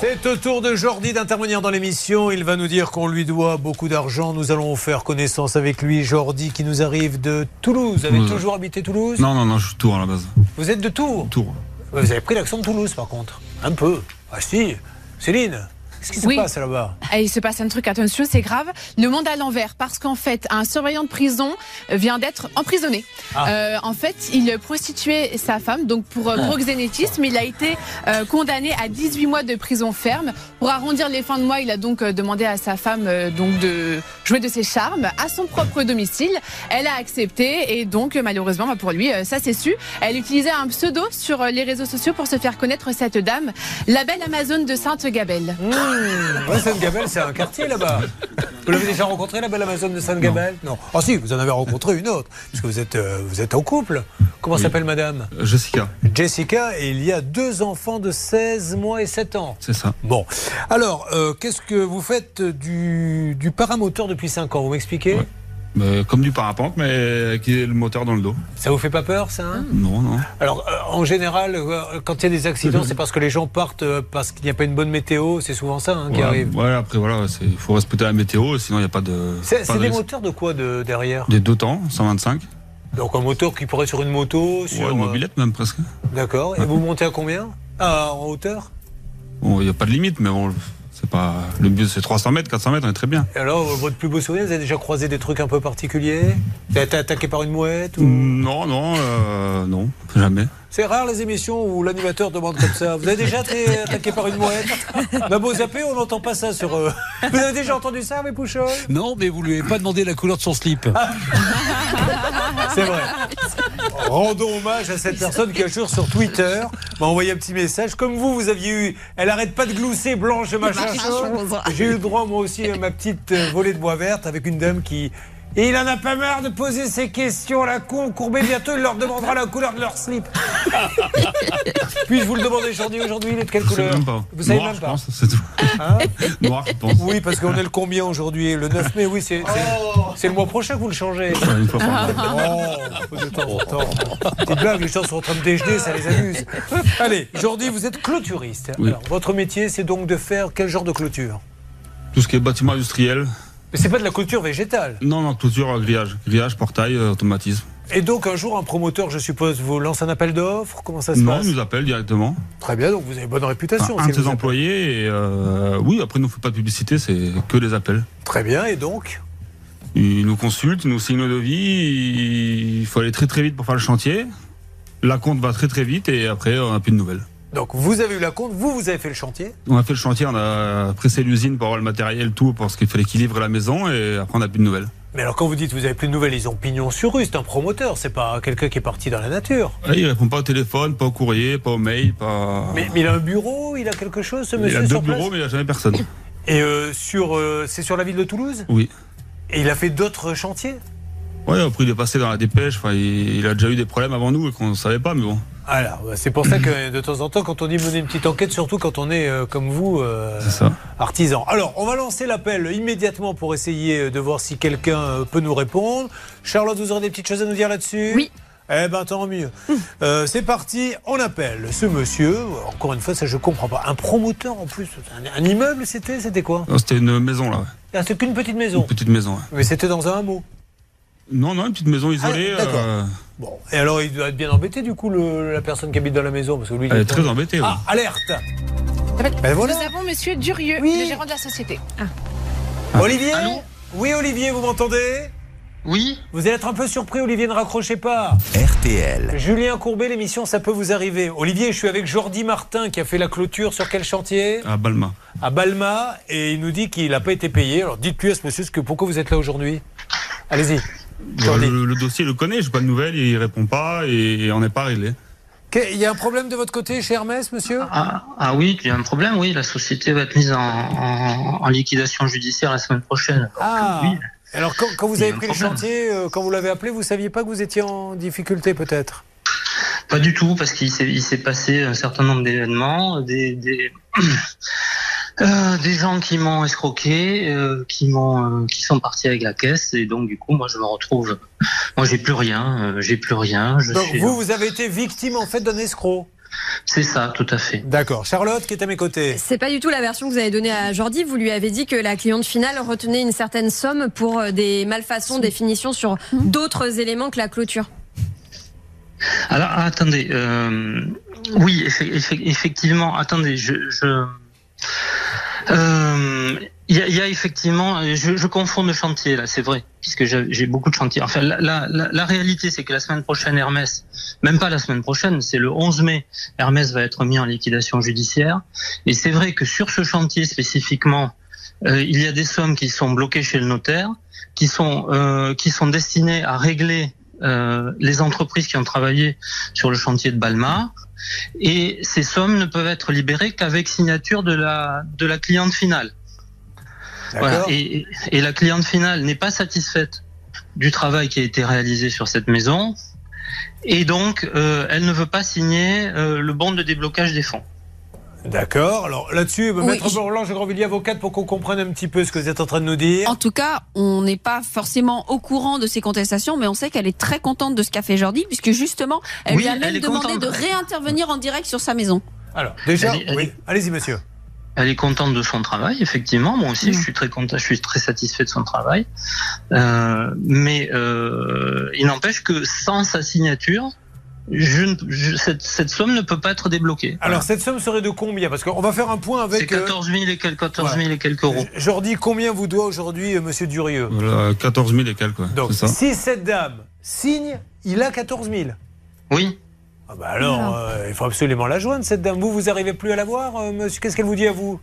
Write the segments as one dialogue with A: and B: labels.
A: C'est au tour de Jordi d'intervenir dans l'émission. Il va nous dire qu'on lui doit beaucoup d'argent. Nous allons faire connaissance avec lui. Jordi qui nous arrive de Toulouse. Vous avez
B: Toulouse.
A: toujours habité Toulouse
B: Hmm. Non, non, non, je suis Tours à la base.
A: Vous êtes de Tours
B: Tours.
A: Ouais, Vous avez pris l'accent de Toulouse par contre. Un peu. Ah si. Céline, qu'est-ce qui
C: Oui.
A: se passe là-bas
C: Ah, il se passe un truc, attention, c'est grave. Le monde à l'envers, parce qu'en fait, un surveillant de prison euh, vient d'être emprisonné.
A: Ah.
C: Euh, en fait, il prostituait sa femme, donc pour euh, proxénétisme, il a été euh, condamné à 18 mois de prison ferme. Pour arrondir les fins de mois, il a donc euh, demandé à sa femme euh, donc de jouer de ses charmes à son propre domicile. Elle a accepté et donc euh, malheureusement, bah, pour lui, euh, ça c'est su. Elle utilisait un pseudo sur euh, les réseaux sociaux pour se faire connaître cette dame, la belle Amazone de Sainte-Gabelle.
A: Hmm, ouais, Sainte-Gabelle, c'est un quartier là-bas. Vous l'avez déjà rencontré la belle Amazone de Sainte-Gabelle Non. Ah si, vous en avez rencontré une autre. Parce que vous êtes, euh, vous êtes en couple. Comment
B: Oui.
A: s'appelle madame
B: Euh, Jessica,
A: Jessica, et il y a deux enfants de 16 mois et 7 ans.
B: c'est ça.
A: Bon, alors, euh, qu'est-ce que vous faites du, du paramoteur depuis 5 ans Vous m'expliquez
B: Ouais. Euh, comme du parapente, mais qui est le moteur dans le dos.
A: Ça vous fait pas peur, ça hein
B: Non, non.
A: Alors, euh, en général, euh, quand il y a des accidents, c'est parce que les gens partent euh, parce qu'il n'y a pas une bonne météo. C'est souvent ça hein, qui
B: Voilà,
A: arrive.
B: voilà, après, voilà, il faut respecter la météo, sinon il n'y a pas de.
A: C'est
B: pas
A: c'est
B: de
A: des
B: risque.
A: moteurs de quoi de, derrière
B: Des deux temps, 125.
A: Donc un moteur qui pourrait sur une moto,
B: Ouais,
A: sur...
B: une
A: euh,
B: mobilette même presque.
A: D'accord. Et vous montez à combien Ah, En hauteur
B: Bon, Il n'y a pas de limite, mais bon, c'est pas. Le but, c'est 300 mètres, 400 mètres, on est très bien.
A: Et alors, euh, votre plus beau souvenir, vous avez déjà croisé des trucs un peu particuliers Vous avez été attaqué par une mouette ou...
B: Non, non, euh, non, jamais.
A: C'est rare les émissions où l'animateur demande comme ça. Vous avez déjà été attaqué par une mouette Ma beau zappé, on n'entend pas ça sur eux. Vous avez déjà entendu ça, mes Pouchol
D: Non, mais vous lui avez pas demandé la couleur de son slip.
E: Ah.
A: C'est vrai. Rendons hommage à cette personne qui, un jour, sur Twitter, m'a envoyé un petit message. Comme vous, vous aviez eu. Elle arrête pas de glousser, blanche, machin. chose. J'ai eu droit, moi aussi, à ma petite euh, volée de bois verte avec une dame qui. Et il en a pas marre de poser ses questions à la con, courbé bientôt, il leur demandera la couleur de leur slip. Puis-je vous le demander, Jordi, aujourd'hui, il est de quelle
B: Je sais
A: couleur
B: même pas.
A: Vous savez
B: Noir,
A: même
B: je
A: pas.
B: pense, c'est tout.
A: Hein
B: Noir, je pense.
A: Oui, parce qu'on est le combien aujourd'hui Le 9 mai, oui, c'est c'est-
B: Oh.
A: c'est le mois prochain que vous le changez.
B: Ouais, une fois par mois.
A: Oh, de temps en temps. Petite blague, les gens sont en train de déjeuner, ça les amuse. Allez, Jordi, vous êtes clôturiste.
B: Oui.
A: Alors, votre métier, c'est donc de faire quel genre de clôture
B: Tout ce qui est bâtiment industriel.
A: Mais c'est pas de la clôture végétale.
B: Non, non, clôture, euh, grillage. Grillage, portail, euh, automatisme.
A: Et donc, un jour, un promoteur, je suppose, vous lance un appel d'offres Comment ça se
B: Non,
A: passe
B: il nous appelle directement.
A: Très bien, donc vous avez bonne
B: Ah,
A: réputation.
B: un
A: si
B: de ses
A: vous êtes-
B: employés. Et, euh, oui, après, il ne fait pas de publicité, c'est que les appels.
A: Très bien, et donc
B: Il nous consulte, il nous signe nos devis. Il faut aller très très vite pour faire le chantier. La compte va très très vite et après, on n'a plus de nouvelles.
A: Donc, vous avez eu la compte, vous, vous avez fait le chantier.
B: On a fait le chantier, on a pressé l'usine pour avoir le matériel, tout, parce qu'il fallait qu'il livre la maison et après, on n'a plus de nouvelles.
A: Mais alors, quand vous dites vous avez plus de nouvelles, ils ont pignon sur rue, c'est un promoteur, c'est pas quelqu'un qui est parti dans la nature.
B: Et Ah, il répond pas au téléphone, pas au courrier, pas au mail, pas.
A: Mais, mais il a un bureau, il a quelque chose, ce
B: il y
A: monsieur
B: a deux
A: sur place
B: bureaux, mais il n'y a jamais personne.
A: Et euh, sur, euh, c'est sur la ville de Toulouse
B: Oui.
A: Et il a fait d'autres chantiers
B: Ouais, après il est passé dans la dépêche, enfin, il, il a déjà eu des problèmes avant nous et qu'on ne savait pas, mais bon.
A: Alors, bah, c'est pour ça que de temps en temps, quand on dit mener une petite enquête, surtout quand on est euh, comme vous, euh,
B: C'est ça.
A: artisan. Alors, on va lancer l'appel immédiatement pour essayer de voir si quelqu'un euh, peut nous répondre. Charlotte, vous aurez des petites choses à nous dire là-dessus
C: Oui.
A: Eh ben, tant mieux. Euh, c'est parti, on appelle ce monsieur. Encore une fois, ça je comprends pas. Un promoteur en plus, un, un immeuble c'était, c'était quoi
B: Non, C'était une maison là, ouais.
A: Ah, C'est qu'une petite
B: une
A: maison.
B: petite maison. ouais.
A: Mais c'était dans un hameau.
B: Non, non, une petite maison isolée.
A: Ah, d'accord.
B: euh,
A: Bon, et alors il doit être bien embêté du coup le- la personne qui habite dans la maison parce que lui il
B: elle est
A: est
B: très embêtée. ouais.
A: Ah, alerte
C: J'appelle-
A: Ben voilà.
C: Nous avons Monsieur Durieux,
A: Oui.
C: le gérant de la société.
A: Olivier Oui Olivier, vous m'entendez
F: Oui
A: Vous allez être un peu surpris Olivier, ne raccrochez pas.
G: RTL,
A: Julien Courbet, l'émission ça peut vous arriver. Olivier, je suis avec Jordi Martin qui a fait la clôture sur quel chantier
B: À Balma.
A: À Balma et il nous dit qu'il n'a pas été payé. Alors dites-lui à ce monsieur ce que pourquoi vous êtes là aujourd'hui. Allez-y.
B: Bah,
A: Jordi.
B: le, le dossier le connaît, j'ai pas de nouvelles, il répond pas et, et on n'est pas réglé.
A: Que- Il y a un problème de votre côté chez Hermès monsieur
F: ah, ah oui, il y a un problème, oui, la société va être mise en, en- en liquidation judiciaire la semaine prochaine.
A: Ah
F: Oui.
A: Alors quand, quand vous
F: Il y
A: avez
F: a un
A: pris le
F: problème.
A: chantier, euh, quand vous l'avez appelé, vous saviez pas que vous étiez en difficulté peut-être
F: Pas du tout, parce qu'il s'est il s'est passé un certain nombre d'événements, des, des, euh, des gens qui m'ont escroqué, euh, qui, m'ont, euh, qui sont partis avec la caisse, et donc du coup, moi, je me retrouve. Moi, j'ai plus rien, euh, j'ai plus rien. Je
A: Donc
F: suis-
A: vous, vous avez été victime en fait d'un escroc.
F: C'est ça, tout à fait.
A: D'accord. Charlotte qui est à mes côtés.
G: C'est pas du tout la version que vous avez donnée à Jordi. Vous lui avez dit que la cliente finale retenait une certaine somme pour euh, des malfaçons, définitions sur d'autres éléments que la clôture.
F: Alors ah, attendez, euh, oui effe- effe- effectivement, attendez, je, je- euh, il y, a, il y a effectivement, je, je confonds de chantier là, c'est vrai, puisque j'ai j'ai beaucoup de chantiers. Enfin, la, la- la- la réalité, c'est que la semaine prochaine, Hermès, même pas la semaine prochaine, c'est le 11 mai, Hermès va être mis en liquidation judiciaire. Et c'est vrai que sur ce chantier spécifiquement, euh, il y a des sommes qui sont bloquées chez le notaire, qui sont euh, qui sont destinées à régler euh, les entreprises qui ont travaillé sur le chantier de Balma. Et ces sommes ne peuvent être libérées qu'avec signature de la, de la cliente finale. Voilà.
A: D'accord.
F: Et, et- et la cliente finale n'est pas satisfaite du travail qui a été réalisé sur cette maison. Et donc, euh, elle ne veut pas signer euh, le bon de déblocage des fonds.
A: D'accord. Alors là-dessus,
H: Oui,
A: Maître
H: je-
A: Blanche Grandvilliers, avocate, pour qu'on comprenne un petit peu ce que vous êtes en train de nous dire.
H: En tout cas, on n'est pas forcément au courant de ces contestations, mais on sait qu'elle est très contente de ce qu'a fait Jordi, puisque justement, elle
F: Oui,
H: lui a
F: elle
H: même
F: est
H: demandé
F: contente.
H: de réintervenir en direct sur sa maison.
A: Alors, déjà,
F: Allez, allez.
A: oui. Allez-y, monsieur.
F: Elle est contente de son travail, effectivement. Moi aussi,
H: Mm.
F: je suis très content, je suis très satisfait de son travail. Euh, mais euh, il n'empêche que sans sa signature, je, ne- je- cette, cette somme ne peut pas être débloquée.
A: Alors, cette somme serait de combien Parce qu'on va faire un point
F: c'est
A: avec. euh,
F: 14 000 et quelques, 14 000 et quelques euros.
A: Jordi, combien vous doit aujourd'hui euh, monsieur Durieux
B: Voilà, 14 000 et quelques, ouais,
A: Donc,
B: c'est ça.
A: si cette dame signe, il a 14 000.
F: Oui.
A: Ah bah alors, euh, il faut absolument la joindre, cette dame. Vous, vous arrivez plus à la voir, euh, monsieur Qu'est-ce qu'elle vous dit à vous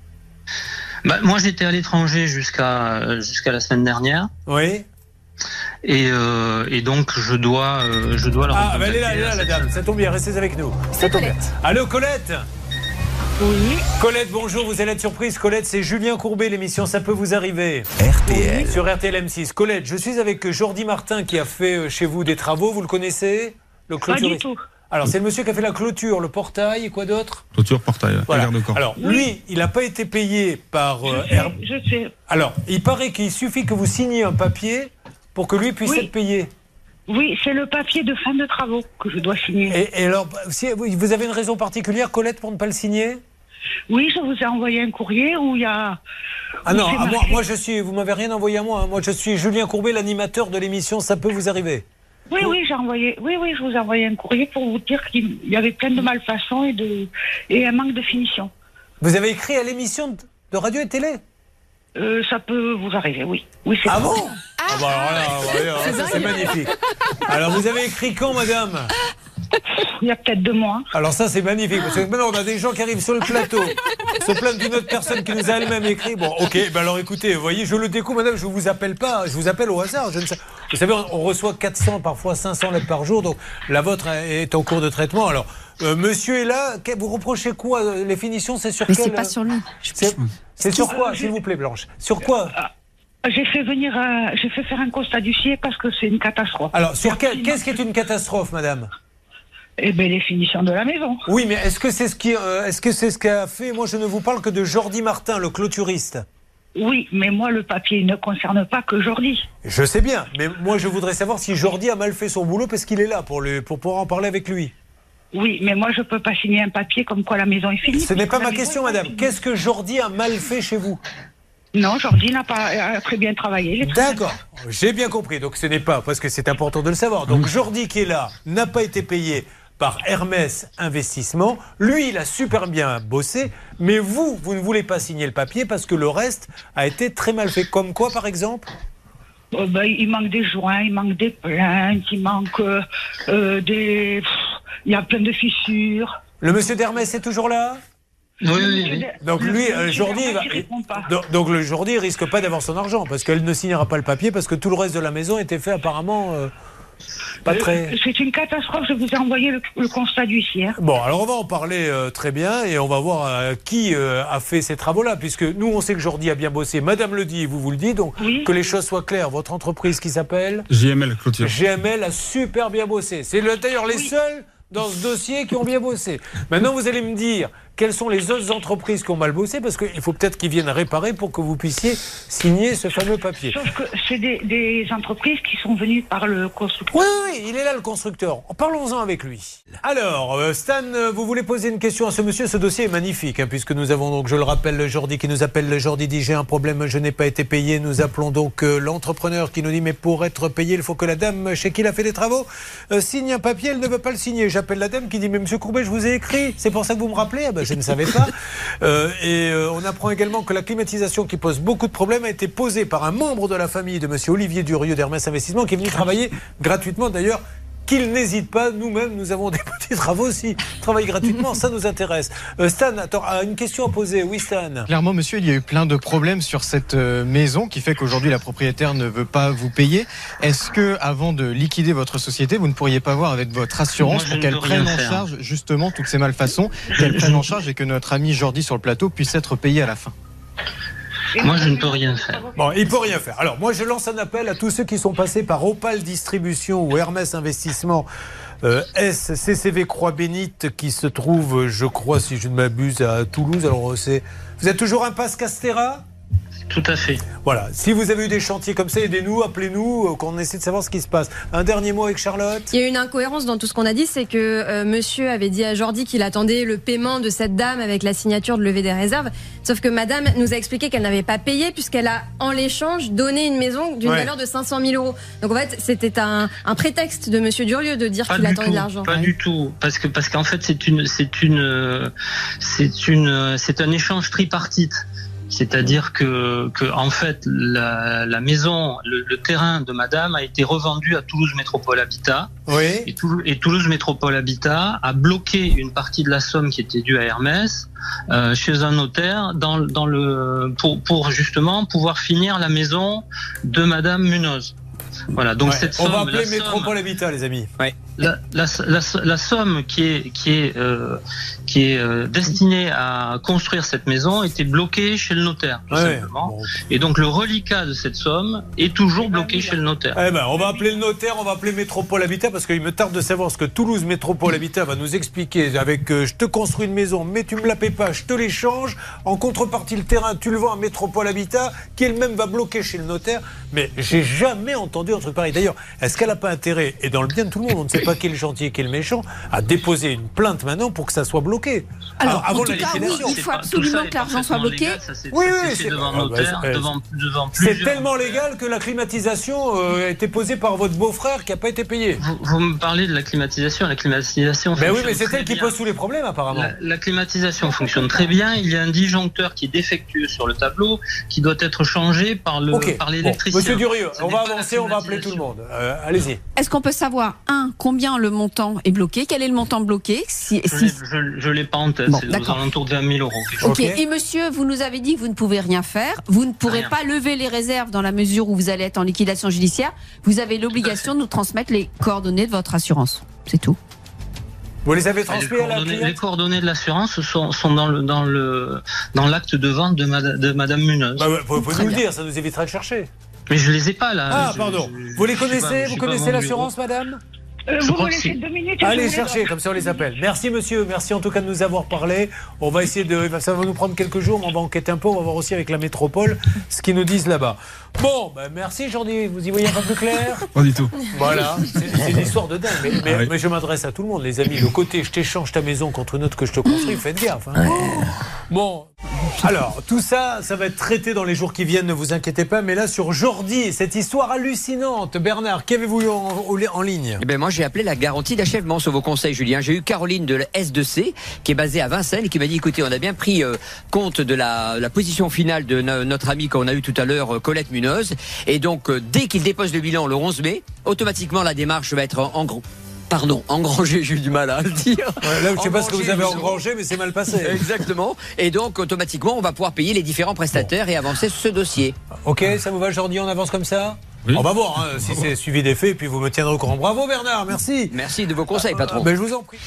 F: Bah, moi, j'étais à l'étranger jusqu'à euh, jusqu'à la semaine dernière.
A: Oui.
F: Et, euh, et donc, je dois, euh, je dois la
A: Ah, bah
F: recontacter
A: elle est là, elle est là,
F: à
A: la
F: cette-
A: dame. Ça tombe bien, restez avec nous. Ça tombe bien. Allô, Colette
I: Oui,
A: Colette, bonjour, vous allez être surprise. Colette, c'est Julien Courbet, l'émission Ça peut vous arriver.
J: RTL.
A: Sur RTL M6. Colette, je suis avec euh, Jordi Martin qui a fait euh, chez vous des travaux, vous le connaissez Le
I: pas du
A: clôturiste.
I: tout.
A: Alors, c'est le monsieur qui a fait la clôture, le portail et quoi d'autre
B: Clôture, portail, ouais,
A: Voilà.
B: et garde corps.
A: Alors, lui, il n'a pas été payé par euh,
I: Je
A: Herb-
I: sais, je sais.
A: Alors, il paraît qu'il suffit que vous signiez un papier pour que lui puisse
I: Oui.
A: être payé.
I: Oui, c'est le papier de fin de travaux que je dois signer.
A: Et, et alors, si vous vous avez une raison particulière, Colette, pour ne pas le signer
I: Oui, je vous ai envoyé un courrier où il y a.
A: Ah
I: où
A: non,
I: c'est
A: ah, moi,
I: marqué-
A: moi je suis. Vous m'avez rien envoyé à moi. hein. Moi je suis Julien Courbet, l'animateur de l'émission. Ça peut vous arriver.
I: Oui, oui, j'ai envoyé. Oui, oui, je vous ai envoyé un courrier pour vous dire qu'il y avait plein de malfaçons et de et un manque de finition.
A: Vous avez écrit à l'émission de- de radio et télé
I: Euh, ça peut vous arriver, oui. Oui, c'est.
A: Ah
I: vrai.
A: bon Ah bah alors là, vous voyez, alors ça, c'est magnifique. Alors vous avez écrit quand, madame
I: Il y a peut-être deux mois.
A: Alors ça c'est magnifique parce que maintenant on a des gens qui arrivent sur le plateau, se plaignent d'une autre personne qui nous a elle-même écrit. Bon, ok, bah alors écoutez, vous voyez, je le découvre, madame, je vous appelle pas, je vous appelle au hasard. Je ne sais... Vous savez, on on reçoit 400 parfois 500 lettres par jour, donc la vôtre est en cours de traitement. Alors euh, Monsieur est là, que- vous reprochez quoi euh, Les finitions, c'est sur
H: Mais
A: quel,
H: c'est
A: euh,
H: pas sur lui. Je-
A: c'est- C'est sur
I: Euh,
A: quoi,
I: je-
A: s'il vous plaît, Blanche Sur quoi
I: J'ai fait venir, un- j'ai fait faire un constat du CIE parce que c'est une catastrophe.
A: Alors sur quel Qu'est-ce qui est une catastrophe, madame
I: Eh bien, les finitions de la maison.
A: Oui, mais est-ce que c'est ce qui, euh, est-ce que c'est ce qu'a fait Moi, je ne vous parle que de Jordi Martin, le clôturiste.
I: Oui, mais moi, le papier ne concerne pas que Jordi.
A: Je sais bien, mais moi je voudrais savoir si Jordi a mal fait son boulot parce qu'il est là pour, le, pour pouvoir en parler avec lui.
I: Oui, mais moi, je peux pas signer un papier comme quoi la maison est finie.
A: Ce n'est pas
I: La
A: ma
I: maison
A: question,
I: est pas
A: madame.
I: finie.
A: Qu'est-ce que Jordi a mal fait chez vous
I: Non, Jordi n'a pas euh, a très bien travaillé. Il est très-
A: D'accord, j'ai bien compris. Donc ce n'est pas, parce que c'est important de le savoir. Donc Jordi qui est là n'a pas été payé par Hermès Investissement. Lui, il a super bien bossé, mais vous, vous ne voulez pas signer le papier parce que le reste a été très mal fait. Comme quoi, par exemple
I: Oh, ben, il manque des joints, il manque des plaintes, il manque euh, euh, des. pff, Il y a plein de fissures.
A: Le monsieur d'Hermès est toujours là
F: Oui,
I: Le
F: oui,
I: monsieur
F: oui.
I: de-
A: Donc
I: le
A: lui,
I: monsieur
A: euh,
I: de
A: Jordi, il
I: Hermès,
A: va-
I: il répond pas.
A: Donc, donc le Jordi risque pas d'avoir son argent parce qu'elle ne signera pas le papier parce que tout le reste de la maison était fait apparemment euh, pas très.
I: Euh, C'est une catastrophe. Je vous ai envoyé le, le constat d'huissière.
A: Bon, alors on va en parler euh, très bien et on va voir euh, qui euh, a fait ces travaux-là puisque nous on sait que Jordi a bien bossé. Madame le dit, vous vous le dites donc
I: Oui.
A: que les choses soient claires. Votre entreprise qui s'appelle
B: JML, clôture.
A: GML a super bien bossé. C'est le- d'ailleurs les
I: Oui.
A: seuls dans ce dossier qui ont bien bossé. Maintenant, vous allez me dire quelles sont les autres entreprises qui ont mal bossé, parce qu'il faut peut-être qu'ils viennent réparer pour que vous puissiez signer ce fameux papier.
I: Sauf que c'est des, des entreprises qui sont venues par le constructeur.
A: Oui, oui, oui, il est là le constructeur. Parlons-en avec lui. Alors, euh, Stan, euh, vous voulez poser une question à ce monsieur Ce dossier est magnifique, hein, puisque nous avons donc, je le rappelle, le Jordi qui nous appelle. Le Jordi dit J'ai un problème, je n'ai pas été payé. Nous appelons donc euh, l'entrepreneur qui nous dit Mais pour être payé, il faut que la dame chez qui il a fait des travaux euh, signe un papier, elle ne veut pas le signer. J'appelle la dame qui dit Mais monsieur Courbet, je vous ai écrit, c'est pour ça que vous me rappelez Ah ben, Je ne savais pas. Euh, et euh, on apprend également que la climatisation qui pose beaucoup de problèmes a été posée par un membre de la famille de monsieur Olivier Durieux d'Hermès Investissement qui est venu travailler gratuitement d'ailleurs qu'il n'hésite pas. Nous-mêmes, nous avons des petits travaux aussi. Travailler gratuitement, ça nous intéresse. Euh, Stan, attends, a une question à poser. Oui, Stan.
J: Clairement, monsieur, il y a eu plein de problèmes sur cette euh, maison qui fait qu'aujourd'hui la propriétaire ne veut pas vous payer. Est-ce que, avant de liquider votre société, vous ne pourriez pas voir avec votre assurance
F: Moi, je
J: pour
F: ne
J: qu'elle
F: peux rien
J: prenne en
F: faire.
J: charge justement toutes ces malfaçons, qu'elle prenne en charge et que notre ami Jordi sur le plateau puisse être payé à la fin
I: Et
F: Moi, je ne peux rien faire.
A: Bon, il peut rien faire. Alors, moi, je lance un appel à tous ceux qui sont passés par Opal Distribution ou Hermès Investissement. Euh, SCCV Croix Bénite qui se trouve, je crois, si je ne m'abuse, à Toulouse. Alors, euh, c'est. Vous êtes toujours un passe Castera
F: Tout à fait.
A: Voilà. Si vous avez eu des chantiers comme ça, aidez-nous, appelez-nous, euh, qu'on essaie de savoir ce qui se passe. Un dernier mot avec Charlotte
G: Il y a une incohérence dans tout ce qu'on a dit, c'est que euh, monsieur avait dit à Jordi qu'il attendait le paiement de cette dame avec la signature de levée des réserves, sauf que madame nous a expliqué qu'elle n'avait pas payé puisqu'elle a en l'échange donné une maison d'une
A: Ouais.
G: valeur de 500 000 euros. Donc en fait, c'était un, un prétexte de monsieur Durieux de dire
A: Ah,
F: Pas
G: qu'il
F: du
G: attendait
F: tout.
G: de l'argent.
F: Pas du tout. Parce que parce qu'en fait c'est une c'est une euh, c'est une euh, c'est un échange tripartite. C'est-à-dire que, que en fait la, la maison, le, le terrain de Madame a été revendu à Toulouse Métropole Habitat
A: Oui.
F: et, Toulou- et Toulouse Métropole Habitat a bloqué une partie de la somme qui était due à Hermès euh, chez un notaire dans, le- dans le pour, pour justement pouvoir finir la maison de Madame Munoz. Voilà, donc
A: Ouais.
F: cette
A: On
F: somme,
A: va
F: la
A: appeler
F: somme-
A: Métropole Habitat, les amis.
F: la, la, la, la somme qui est, qui est, euh, qui est euh, destinée à construire cette maison était bloquée chez le notaire, tout
A: Ouais.
F: simplement.
A: Bon.
F: Et donc le reliquat de cette somme est toujours bloqué chez le notaire.
A: Eh ben, on va appeler le notaire, on va appeler Métropole Habitat parce qu'il me tarde de savoir ce que Toulouse Métropole Habitat va nous expliquer avec euh, je te construis une maison, mais tu me la paies pas, je te l'échange. En contrepartie, le terrain, tu le vends à Métropole Habitat qui elle-même va bloquer chez le notaire. Mais j'ai jamais entendu un truc pareil. D'ailleurs, est-ce qu'elle n'a pas intérêt, et dans le bien de tout le monde, on ne sait pas qui est le gentil et qui est le méchant, à déposer une plainte maintenant pour que ça soit bloqué
H: Alors,
A: Avant
H: en tout
A: la
H: cas, oui,
A: liquidation.
H: il
F: C'est
H: faut
F: pas- tout
H: absolument
F: ça est
H: que l'argent soit
F: parfaitement
H: bloqué.
F: légal, ça s'est-
A: Oui,
F: ça
A: oui,
F: s'est fait
A: c'est-
F: devant
A: Ah, bah,
F: notaire,
A: c'est-
F: devant, devant
A: C'est
F: plusieurs
A: tellement
F: notaires.
A: légal que la climatisation euh, a été posée par votre beau-frère qui n'a pas été payé.
F: Vous, vous me parlez de la climatisation. La climatisation.
A: Ben oui,
F: fonctionne
A: mais c'est
F: très
A: elle qui
F: bien.
A: pose tous les problèmes apparemment.
F: La, la climatisation fonctionne très bien. Il y a un disjoncteur qui est défectueux sur le tableau, qui doit être changé par le
A: Ok.
F: par
A: Bon.
F: l'électricien.
A: Monsieur Durieux,
F: Ce
A: on
F: n'est
A: va
F: pas la
A: avancer, on va appeler tout le monde. Euh, Allez-y.
H: Est-ce qu'on peut savoir, un, combien le montant est bloqué Quel est le montant bloqué si,
F: je
H: si-
F: l'ai- je ne l'ai pas en tête.
H: Bon,
F: c'est aux
H: d'accord.
F: alentours de 20 000 euros. quelque chose.
H: Ok.
A: Ok.
H: Et monsieur, vous nous avez dit que vous ne pouvez rien faire. Vous ne pourrez
F: Rien.
H: pas lever les réserves dans la mesure où vous allez être en liquidation judiciaire. Vous avez l'obligation de nous transmettre les coordonnées de votre assurance. C'est tout.
A: Vous les avez
F: Et Les
A: transmis à la
F: coordonnées, les
A: cliente
F: coordonnées de l'assurance sont, sont dans le dans le dans l'acte de vente de Madame, de Madame Munoz.
A: bah, ouais, Vous pouvez
H: Très
A: nous le
H: bien.
A: dire, ça nous évitera de chercher.
F: Mais je les ai pas là.
A: Ah,
F: Je-
A: pardon.
F: je-
A: Vous les
F: je suis pas-
A: connaissez
F: je
A: Vous
F: suis pas
A: connaissez
F: dans le
A: l'assurance, madame
I: Euh,
F: Je
I: vous
F: crois
I: me
F: que
I: laissez
F: c'est-
I: deux minutes. et je
A: Allez
I: vous les
A: chercher,
I: offre.
A: comme ça on les appelle. Merci monsieur, merci en tout cas de nous avoir parlé. On va essayer de. Ça va nous prendre quelques jours, mais on va enquêter un peu, on va voir aussi avec la métropole ce qu'ils nous disent là-bas. Bon, bah, merci Jordi, vous y voyez un peu plus clair
B: Pas du tout.
A: Voilà, c'est c'est une histoire de dingue. Mais, mais-
B: Ah oui.
A: mais je m'adresse à tout le monde, les amis. Le côté je t'échange ta maison contre une autre que je te construis, faites gaffe. hein. Bon, alors tout ça, ça va être traité dans les jours qui viennent, ne vous inquiétez pas. Mais là, sur Jordi, cette histoire hallucinante, Bernard, qu'avez-vous eu en, en- en ligne
E: Eh ben moi j'ai appelé la garantie d'achèvement sur vos conseils Julien. J'ai eu Caroline de la S2C qui est basée à Vincennes et qui m'a dit écoutez on a bien pris euh, compte de la, la position finale de no- notre ami qu'on a eu tout à l'heure euh, Colette Munoz et donc euh, dès qu'il dépose le bilan le 11 mai automatiquement la démarche va être en, en gros pardon engrangée j'ai eu du mal à le dire.
A: Ouais, Là, je ne sais pas ce que vous
E: Engranger,
A: avez
E: disons.
A: engrangé, mais c'est mal passé.
E: Exactement et donc automatiquement on va pouvoir payer les différents prestataires et avancer ce dossier.
A: Ok, ça vous va Jordi, on avance comme ça
B: Oui.
A: On va voir hein, si c'est suivi des faits, puis vous me tiendrez au courant. Bravo Bernard, merci.
E: Merci de vos conseils patron.
A: Mais je vous en prie.